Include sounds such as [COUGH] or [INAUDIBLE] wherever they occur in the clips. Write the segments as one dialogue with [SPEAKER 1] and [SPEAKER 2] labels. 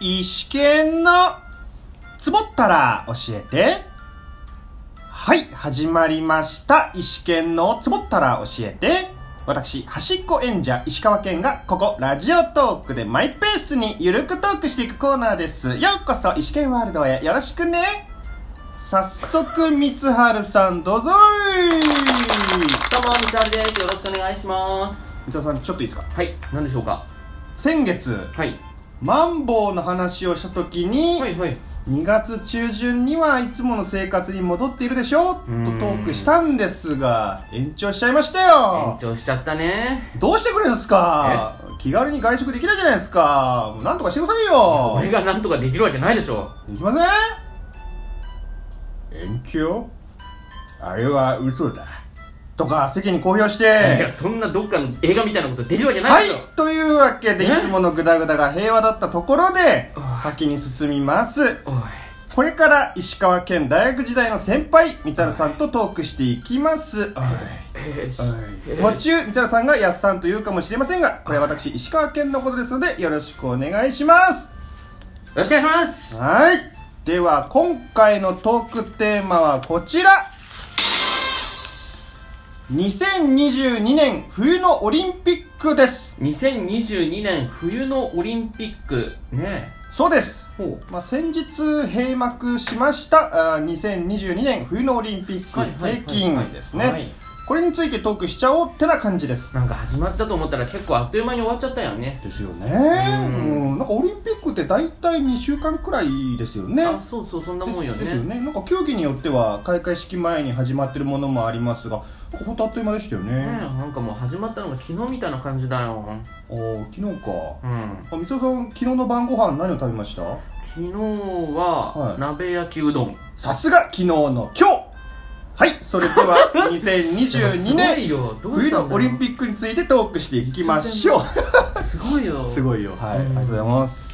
[SPEAKER 1] 石剣のつぼったら教えてはい始まりました石剣のつぼったら教えて私端っこ演者石川県がここラジオトークでマイペースにゆるくトークしていくコーナーですようこそ石剣ワールドへよろしくね早速三春さんどうぞい
[SPEAKER 2] どうもみつはるですよろしくお願いします
[SPEAKER 1] 三田さんちょっといいですか
[SPEAKER 2] はい何でしょうか
[SPEAKER 1] 先月
[SPEAKER 2] はい
[SPEAKER 1] マンボウの話をした時に、
[SPEAKER 2] いはい
[SPEAKER 1] 2月中旬にはいつもの生活に戻っているでしょとト
[SPEAKER 2] うん
[SPEAKER 1] ークしたんですが延長しちゃいました
[SPEAKER 2] 緊
[SPEAKER 1] よ
[SPEAKER 2] 張しちゃったね
[SPEAKER 1] どうしてくれるんですか気軽に外食できないじゃないですかもうなんとかしてくださいよ
[SPEAKER 2] 俺がなんとかできるわけないでしょ
[SPEAKER 1] できません延長あれは嘘だとか世間に公表して
[SPEAKER 2] いやそんなどっかの映画みたいなことできるわけな
[SPEAKER 1] はいい
[SPEAKER 2] でしょ
[SPEAKER 1] というわけでい
[SPEAKER 2] え
[SPEAKER 1] つものグダグダが平和だったところで
[SPEAKER 2] あ
[SPEAKER 1] 先に進みます
[SPEAKER 2] おい
[SPEAKER 1] これから石川県大学時代の先輩三原さんとトークしていきます
[SPEAKER 2] えーしえー
[SPEAKER 1] 途中三原さんが「やっさん」と言うかもしれませんがこれは私石川県のことですのでよろしくお願いします
[SPEAKER 2] よろしくお願いします
[SPEAKER 1] はいでは今回のトークテーマはこちら2022年冬のオリンピックです
[SPEAKER 2] 2022年冬のオリンピックね
[SPEAKER 1] そうです
[SPEAKER 2] えほう
[SPEAKER 1] まあ、先日閉幕しましたあー2022年冬のオリンピック北京です
[SPEAKER 2] は
[SPEAKER 1] ね
[SPEAKER 2] い
[SPEAKER 1] これについてトークしちゃおうってな感じです
[SPEAKER 2] なんか始まったと思ったら結構あっという間に終わっちゃったよね
[SPEAKER 1] ですよね
[SPEAKER 2] うん
[SPEAKER 1] うんなんかオリンピックって大体2週間くらいですよね
[SPEAKER 2] あそうそうそんなもんよ
[SPEAKER 1] ですよ
[SPEAKER 2] ね
[SPEAKER 1] ねなんか競技によっては開会式前に始まってるものもありますが本当あっという間でしたよ
[SPEAKER 2] ねえ
[SPEAKER 1] ね、
[SPEAKER 2] なんかもう始まったのが昨日みたいな感じだよ
[SPEAKER 1] あー昨日か
[SPEAKER 2] うん
[SPEAKER 1] あみそさん昨日の晩ご飯何を食べました
[SPEAKER 2] 昨日
[SPEAKER 1] は
[SPEAKER 2] はい鍋焼きうどん、
[SPEAKER 1] さすが昨日の今日はいそれでは
[SPEAKER 2] [LAUGHS]
[SPEAKER 1] 2022年冬のオリン
[SPEAKER 2] ッ
[SPEAKER 1] ピックについてトークしていきましょ
[SPEAKER 2] クすごいよ
[SPEAKER 1] う [LAUGHS] す
[SPEAKER 2] い
[SPEAKER 1] ごいよはいあり
[SPEAKER 2] うん
[SPEAKER 1] がとうございます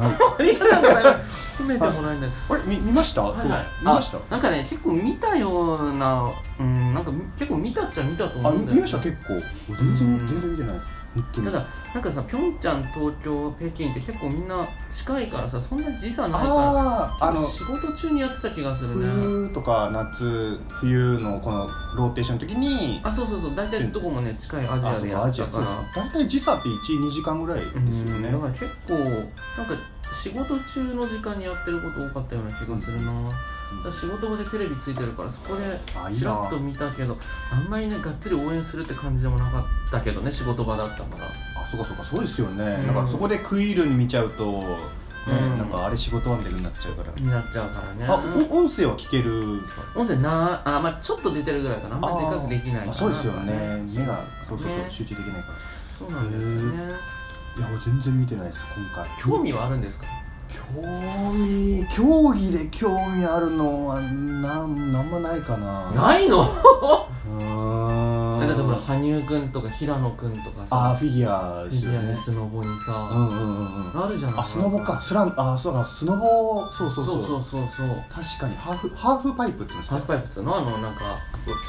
[SPEAKER 1] [LAUGHS]
[SPEAKER 2] ありがとうございます褒めてもらえない
[SPEAKER 1] あれ見見ました、
[SPEAKER 2] はい
[SPEAKER 1] どう
[SPEAKER 2] はい
[SPEAKER 1] 見ました
[SPEAKER 2] あなんかね結構見たようなうんなんか結構見たっちゃ見たと
[SPEAKER 1] あ
[SPEAKER 2] 思うんだよ
[SPEAKER 1] 見ました結構全然全然見てないです本当に
[SPEAKER 2] ただなんかさピョンチャン東京北京って結構みんな近いからさそんな時差ないから
[SPEAKER 1] あああの
[SPEAKER 2] 仕事中にやってた気がするね
[SPEAKER 1] 冬とか夏冬のこのローテーションの時に
[SPEAKER 2] あそうそうそう大体どこもね近いアジ
[SPEAKER 1] あ
[SPEAKER 2] ア
[SPEAKER 1] そ
[SPEAKER 2] で
[SPEAKER 1] う
[SPEAKER 2] や
[SPEAKER 1] かア
[SPEAKER 2] って
[SPEAKER 1] ジア
[SPEAKER 2] た
[SPEAKER 1] そ
[SPEAKER 2] か
[SPEAKER 1] う
[SPEAKER 2] ら
[SPEAKER 1] か大体時差って12時間ぐらいですよね
[SPEAKER 2] だから結構なんか仕事中の時間にやってること多かったような気がするな、だから仕事場でテレビついてるからそこ
[SPEAKER 1] あいいな
[SPEAKER 2] でちらっと見たけどあんまりねがっつり応援するって感じでもなかったけどね仕事場だったから
[SPEAKER 1] あそうかそうかそうですよね、
[SPEAKER 2] うん
[SPEAKER 1] なんかそこで食い入るに見ちゃうと、ね
[SPEAKER 2] うん
[SPEAKER 1] なんかあれ仕事はみたいになっちゃうから、
[SPEAKER 2] になっちゃうからね
[SPEAKER 1] あお音声は聞ける
[SPEAKER 2] 音声なあまあちょっと出てるぐらいかなあんまりでかくできないか
[SPEAKER 1] あ
[SPEAKER 2] ら
[SPEAKER 1] そうですよね目がそうそうそう、
[SPEAKER 2] ね
[SPEAKER 1] 集中できないから
[SPEAKER 2] そうなんですよね
[SPEAKER 1] いや俺全然見てないです今回
[SPEAKER 2] 興味はあるんですか
[SPEAKER 1] 興味競技で興味あるのはなんなんもないかな
[SPEAKER 2] ないの
[SPEAKER 1] うーん
[SPEAKER 2] だからほら羽生くんとか平野くんとか
[SPEAKER 1] あー
[SPEAKER 2] さ
[SPEAKER 1] フィギュア
[SPEAKER 2] フ
[SPEAKER 1] ですよ
[SPEAKER 2] ィギュア
[SPEAKER 1] ね
[SPEAKER 2] にスノボに
[SPEAKER 1] う
[SPEAKER 2] さ
[SPEAKER 1] んうんうんうん
[SPEAKER 2] あるじゃない
[SPEAKER 1] あスノボかスランあーそうだスノボそうそ
[SPEAKER 2] そうう
[SPEAKER 1] そ
[SPEAKER 2] そううそうそうそう
[SPEAKER 1] 確かにハーフハーフパイプって言うんです
[SPEAKER 2] ハー
[SPEAKER 1] か
[SPEAKER 2] フパイプっつうのあのなんか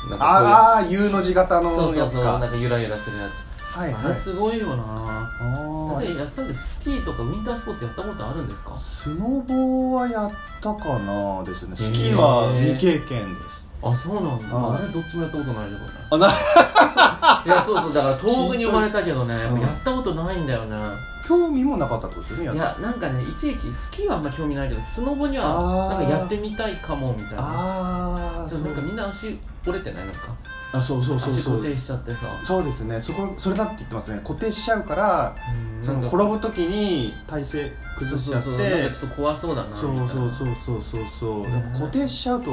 [SPEAKER 2] なんか
[SPEAKER 1] あーあー U の字型
[SPEAKER 2] こう
[SPEAKER 1] の
[SPEAKER 2] いうそ
[SPEAKER 1] や
[SPEAKER 2] う
[SPEAKER 1] つ
[SPEAKER 2] そうそう
[SPEAKER 1] か
[SPEAKER 2] なんかゆらゆらするやつ
[SPEAKER 1] はい
[SPEAKER 2] あ
[SPEAKER 1] はい
[SPEAKER 2] れすごいよなだ
[SPEAKER 1] あ
[SPEAKER 2] っ
[SPEAKER 1] ー
[SPEAKER 2] てやっさんってスキーとかウィンタースポーツやったことあるんですか
[SPEAKER 1] スノボはやったかなですねスキーは未経験です
[SPEAKER 2] あそうなんだ
[SPEAKER 1] はい
[SPEAKER 2] あれどっちもやったことないけ
[SPEAKER 1] [LAUGHS]
[SPEAKER 2] どね
[SPEAKER 1] あない
[SPEAKER 2] やそうそうだから東北に生まれたけどねや
[SPEAKER 1] うん
[SPEAKER 2] ったことないんだよね
[SPEAKER 1] 興味もなかったってことですよ
[SPEAKER 2] い
[SPEAKER 1] ねやっ
[SPEAKER 2] やなんかね一時期スキーはあんま興味ないけどスノボに
[SPEAKER 1] あ
[SPEAKER 2] は
[SPEAKER 1] ー
[SPEAKER 2] なんかやってみたいかもみたいな
[SPEAKER 1] ああ
[SPEAKER 2] でもなんかみんな足折れてないなんか
[SPEAKER 1] あそうそうそう
[SPEAKER 2] 足
[SPEAKER 1] そ
[SPEAKER 2] 固
[SPEAKER 1] う
[SPEAKER 2] 定しちゃってさ
[SPEAKER 1] そうですねそこそれだって言ってますね固定しちゃうから
[SPEAKER 2] うん
[SPEAKER 1] そ
[SPEAKER 2] な
[SPEAKER 1] の
[SPEAKER 2] んか
[SPEAKER 1] 転ぶ時に体勢
[SPEAKER 2] そう
[SPEAKER 1] 崩しち
[SPEAKER 2] そ
[SPEAKER 1] ゃ
[SPEAKER 2] う
[SPEAKER 1] って
[SPEAKER 2] そうなんかちょっと怖そうだなみた
[SPEAKER 1] そ
[SPEAKER 2] いうな
[SPEAKER 1] そうそうそうそうそうやっぱ固定しちゃうと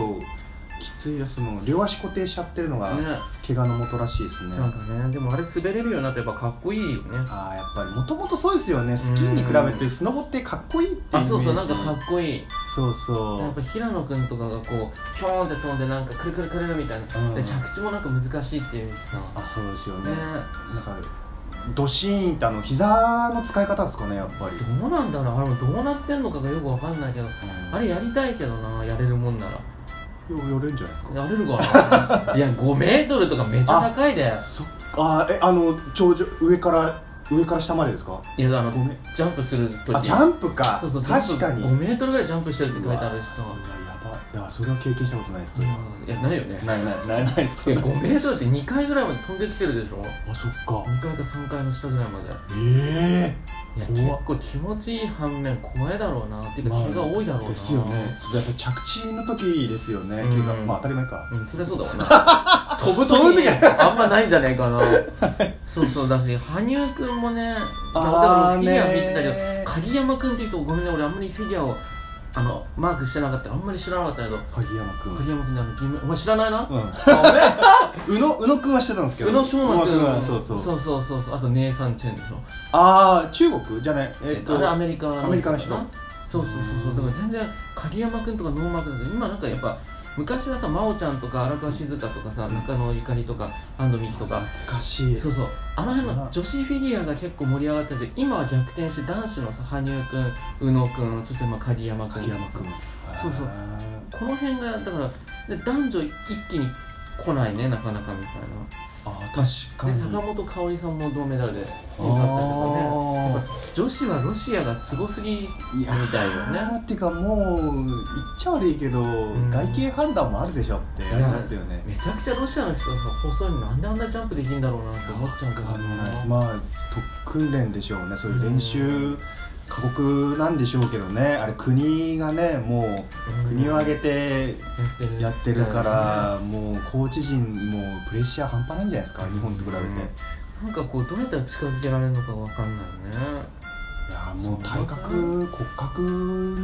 [SPEAKER 1] きついですもん両足固定しちゃってるのが
[SPEAKER 2] ね
[SPEAKER 1] 怪我のもとらしいですね
[SPEAKER 2] なんかねでもあれ滑れるようになってやっぱかっこいいよね
[SPEAKER 1] ああやっぱりもともとそうですよねスキーに比べてスノボってかっこいいっていうイメー
[SPEAKER 2] あ
[SPEAKER 1] ジ
[SPEAKER 2] そうそうなんかかっこいい
[SPEAKER 1] そうそ
[SPEAKER 2] やっ
[SPEAKER 1] う
[SPEAKER 2] ぱ平野くんとかがこうピョーンって飛んでなんかくるくるくるみたいな、
[SPEAKER 1] うん
[SPEAKER 2] で着地もなんか難しいっていうしさね
[SPEAKER 1] あそうですよねなんかドシーンってあの膝の使い方ですかねやっぱり、
[SPEAKER 2] どうなんだろうあれもどうなってんのかがよくわかんないけどあ
[SPEAKER 1] れ
[SPEAKER 2] れやりたいけどなやれるもんなら
[SPEAKER 1] ようやるんじゃないですか
[SPEAKER 2] やれる
[SPEAKER 1] [LAUGHS]
[SPEAKER 2] かないや5メートルとかめちゃ高いで
[SPEAKER 1] そっかあーえあの頂上上から上から下までですか
[SPEAKER 2] いやあの
[SPEAKER 1] ごめん
[SPEAKER 2] ジャンプする時
[SPEAKER 1] あジャンプか
[SPEAKER 2] そうそう
[SPEAKER 1] 確かに
[SPEAKER 2] 5メートルぐらいジャンプしてるって書いてある人
[SPEAKER 1] うわそれはやばいいやそれは経験したことないですそれは
[SPEAKER 2] うんいやないよね
[SPEAKER 1] ないないないないっす
[SPEAKER 2] いや5メートルって2回ぐらいまで飛んできてるでしょ
[SPEAKER 1] あそっか
[SPEAKER 2] 2回か3回の下ぐらいまで
[SPEAKER 1] え
[SPEAKER 2] いや
[SPEAKER 1] 怖っ
[SPEAKER 2] 結構気持ちいい反面怖いだろうなっ
[SPEAKER 1] え
[SPEAKER 2] ていうか
[SPEAKER 1] まあ
[SPEAKER 2] 毛が多いだろうな、
[SPEAKER 1] ですよねそれやっぱ着地の時ですよね
[SPEAKER 2] うん
[SPEAKER 1] 毛がまあ当たり前か
[SPEAKER 2] うんそれはそうだわな飛ぶ時
[SPEAKER 1] [LAUGHS] 飛ぶ時
[SPEAKER 2] あんまないんじゃないか
[SPEAKER 1] [LAUGHS]
[SPEAKER 2] なそうそうだし羽生くんもねだから
[SPEAKER 1] あー
[SPEAKER 2] 俺フィギ
[SPEAKER 1] ね
[SPEAKER 2] ュア見てたけど鍵山くんっていう人ごめんね俺あんまりフィギュアをあのマークしてなかったあんまり知らなかったけど
[SPEAKER 1] 鍵山くん
[SPEAKER 2] 鍵山くんってあの銀メお前知らないな
[SPEAKER 1] う
[SPEAKER 2] ごめん
[SPEAKER 1] ん宇野宇野くんはしてたんですけど
[SPEAKER 2] 宇野昌磨
[SPEAKER 1] 宇
[SPEAKER 2] 君
[SPEAKER 1] 野はそうそう
[SPEAKER 2] そうそうそうそうあとネイサン・チェンでしょ、
[SPEAKER 1] ああ中国じゃない
[SPEAKER 2] え
[SPEAKER 1] えっ
[SPEAKER 2] っと、あれア
[SPEAKER 1] と
[SPEAKER 2] メリカの
[SPEAKER 1] アメリカの人
[SPEAKER 2] そうそうそうそうだから全然鍵山君とかノーマークだけど今なんかやっぱ昔はさ真央ちゃんとか荒川静香とかさ中野ゆかりとか安藤美希とか
[SPEAKER 1] 懐かしい
[SPEAKER 2] そうそうあの辺の女子フィギュアが結構盛り上がってて今は逆転して男子のさ羽生君宇野君そしてまあ鍵山君
[SPEAKER 1] 鍵山くん
[SPEAKER 2] そうそうこの辺がだからで男女一気に来ないねなかなかみたいな
[SPEAKER 1] あー確か
[SPEAKER 2] で
[SPEAKER 1] に
[SPEAKER 2] 坂本花織さんも銅メダルで良かったけ
[SPEAKER 1] あ
[SPEAKER 2] どねやっぱ女子はロシアがすごすぎ
[SPEAKER 1] ーいやー
[SPEAKER 2] みたいよ
[SPEAKER 1] ってかもう言っちゃ悪いけど、
[SPEAKER 2] ん
[SPEAKER 1] 外形判断もあるでしょってやりますよね
[SPEAKER 2] めちゃくちゃロシアの人がさ細いのなんであんなジャンプできるんだろうなって思っちゃうんだ
[SPEAKER 1] あ
[SPEAKER 2] けど
[SPEAKER 1] の
[SPEAKER 2] な
[SPEAKER 1] まあ特訓練でしょうねそういう練
[SPEAKER 2] う
[SPEAKER 1] 習過酷なんでしょうけどねあれ国がねもう国を挙げて
[SPEAKER 2] うん
[SPEAKER 1] やってるから、もうコーチ陣もプレッシャー半端ないんじゃないですか日本と比べて、
[SPEAKER 2] うん
[SPEAKER 1] いや
[SPEAKER 2] なんかこうどうやったら近づけられるのかわかんないよね
[SPEAKER 1] ーもう体格骨格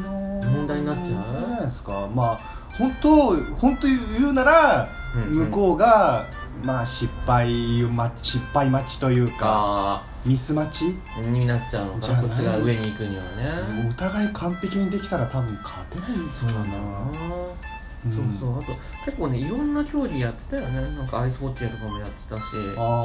[SPEAKER 1] の
[SPEAKER 2] 問題になっちゃう
[SPEAKER 1] じゃないですかまあ本当本当言うなら向
[SPEAKER 2] う
[SPEAKER 1] こうが、まあ失敗ま失敗待ちというか
[SPEAKER 2] か
[SPEAKER 1] ミス待ち、
[SPEAKER 2] になっちゃうのかな
[SPEAKER 1] じゃ
[SPEAKER 2] こっ
[SPEAKER 1] ない
[SPEAKER 2] ちが上に行くにはね
[SPEAKER 1] お互い完璧にできたら多分勝てないん
[SPEAKER 2] そうなんだよな
[SPEAKER 1] うん
[SPEAKER 2] そうそうあと結構ねいろんな競技やってたよねなんかアイスホッケーとかもやってたし
[SPEAKER 1] あー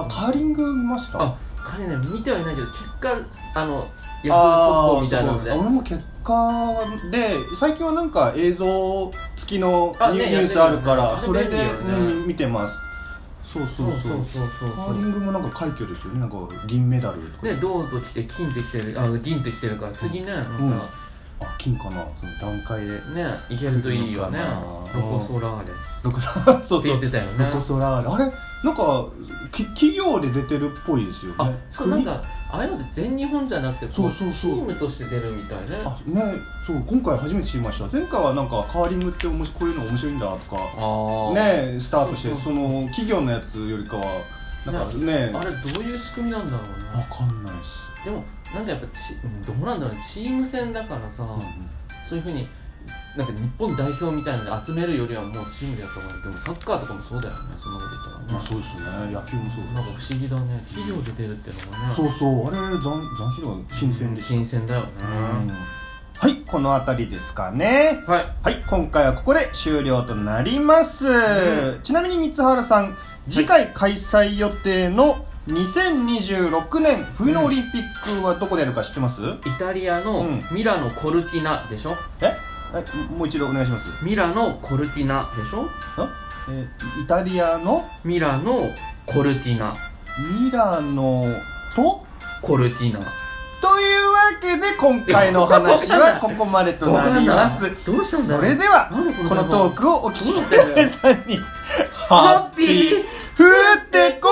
[SPEAKER 1] あカーリング見ました
[SPEAKER 2] あ彼ね見てはいないけど結果あのヤフー
[SPEAKER 1] あ
[SPEAKER 2] 速報みたいなので
[SPEAKER 1] ーそう俺も結果で最近はなんか映像付きの
[SPEAKER 2] あ
[SPEAKER 1] ニュ,、
[SPEAKER 2] ね
[SPEAKER 1] ニュースあるから
[SPEAKER 2] やって
[SPEAKER 1] そ
[SPEAKER 2] る
[SPEAKER 1] れ
[SPEAKER 2] よ
[SPEAKER 1] で、
[SPEAKER 2] ねあれ便利よね
[SPEAKER 1] うん見てますそうそうそう
[SPEAKER 2] そうそう
[SPEAKER 1] カーリングもなんか快挙ですよねなんか銀メダルとか、
[SPEAKER 2] ね銅ときて金ときてるあ銀ときてるから次ねなんか、
[SPEAKER 1] うんあ金かなその段階
[SPEAKER 2] [LAUGHS]
[SPEAKER 1] で
[SPEAKER 2] ねいけるといいよね
[SPEAKER 1] うん
[SPEAKER 2] ロコ・ソラーレって
[SPEAKER 1] ロコそうそ
[SPEAKER 2] 言
[SPEAKER 1] う
[SPEAKER 2] ってたよね
[SPEAKER 1] ロコソラーレあれなんかき企業で出てるっぽいですよね
[SPEAKER 2] あそうなんかああいうのって全日本じゃなくてこ
[SPEAKER 1] そうそうそう
[SPEAKER 2] チームとして出るみたいね
[SPEAKER 1] あねそう今回初めて知りました前回はなんかカーリングっておもしこういうの面白いんだとか
[SPEAKER 2] あー
[SPEAKER 1] ねスタートして
[SPEAKER 2] そう
[SPEAKER 1] その企業のやつよりかはなんかね
[SPEAKER 2] あれどういう仕組みなんだろう
[SPEAKER 1] わ
[SPEAKER 2] ね
[SPEAKER 1] かんないし、
[SPEAKER 2] でもなんかやっぱチうんどうなんだろうねチーム戦だからさ、そういうふうになんか日本代表みたいなので集めるよりはもうチームでやった方がいいでもサッカーとかもそうだよねそんなこと言った
[SPEAKER 1] ま
[SPEAKER 2] ら
[SPEAKER 1] あ
[SPEAKER 2] ね
[SPEAKER 1] そうですね野球もそう
[SPEAKER 2] なんか不思議だね企業で出るっていうのがね
[SPEAKER 1] そうそうあれ斬斬新は新鮮です、
[SPEAKER 2] 新鮮だよね
[SPEAKER 1] うんはいこの辺りですかね
[SPEAKER 2] はい
[SPEAKER 1] はい今回はここで終了となります、
[SPEAKER 2] う
[SPEAKER 1] ちなみに三原さん次回開催予定の2026年冬のオリンピックはどこでやるか知ってます、
[SPEAKER 2] イタリアの
[SPEAKER 1] うん
[SPEAKER 2] ミラノ・コルティナでしょ
[SPEAKER 1] ええもう一度お願いします
[SPEAKER 2] ミラノ・コルティナでしょ
[SPEAKER 1] えイタリアの
[SPEAKER 2] ミラノ・コルティナ
[SPEAKER 1] ミラノと
[SPEAKER 2] コルティナ
[SPEAKER 1] というわけで今回のお話はここまでとなり
[SPEAKER 2] [LAUGHS]
[SPEAKER 1] ます
[SPEAKER 2] どうしたんだ
[SPEAKER 1] そ
[SPEAKER 2] ろう
[SPEAKER 1] れでは
[SPEAKER 2] なんでこ
[SPEAKER 1] この
[SPEAKER 2] のト
[SPEAKER 1] ト
[SPEAKER 2] ー
[SPEAKER 1] ー
[SPEAKER 2] ク
[SPEAKER 1] クをお聞きの皆さんに
[SPEAKER 2] ハッピー
[SPEAKER 1] 降ってこ
[SPEAKER 2] [LAUGHS]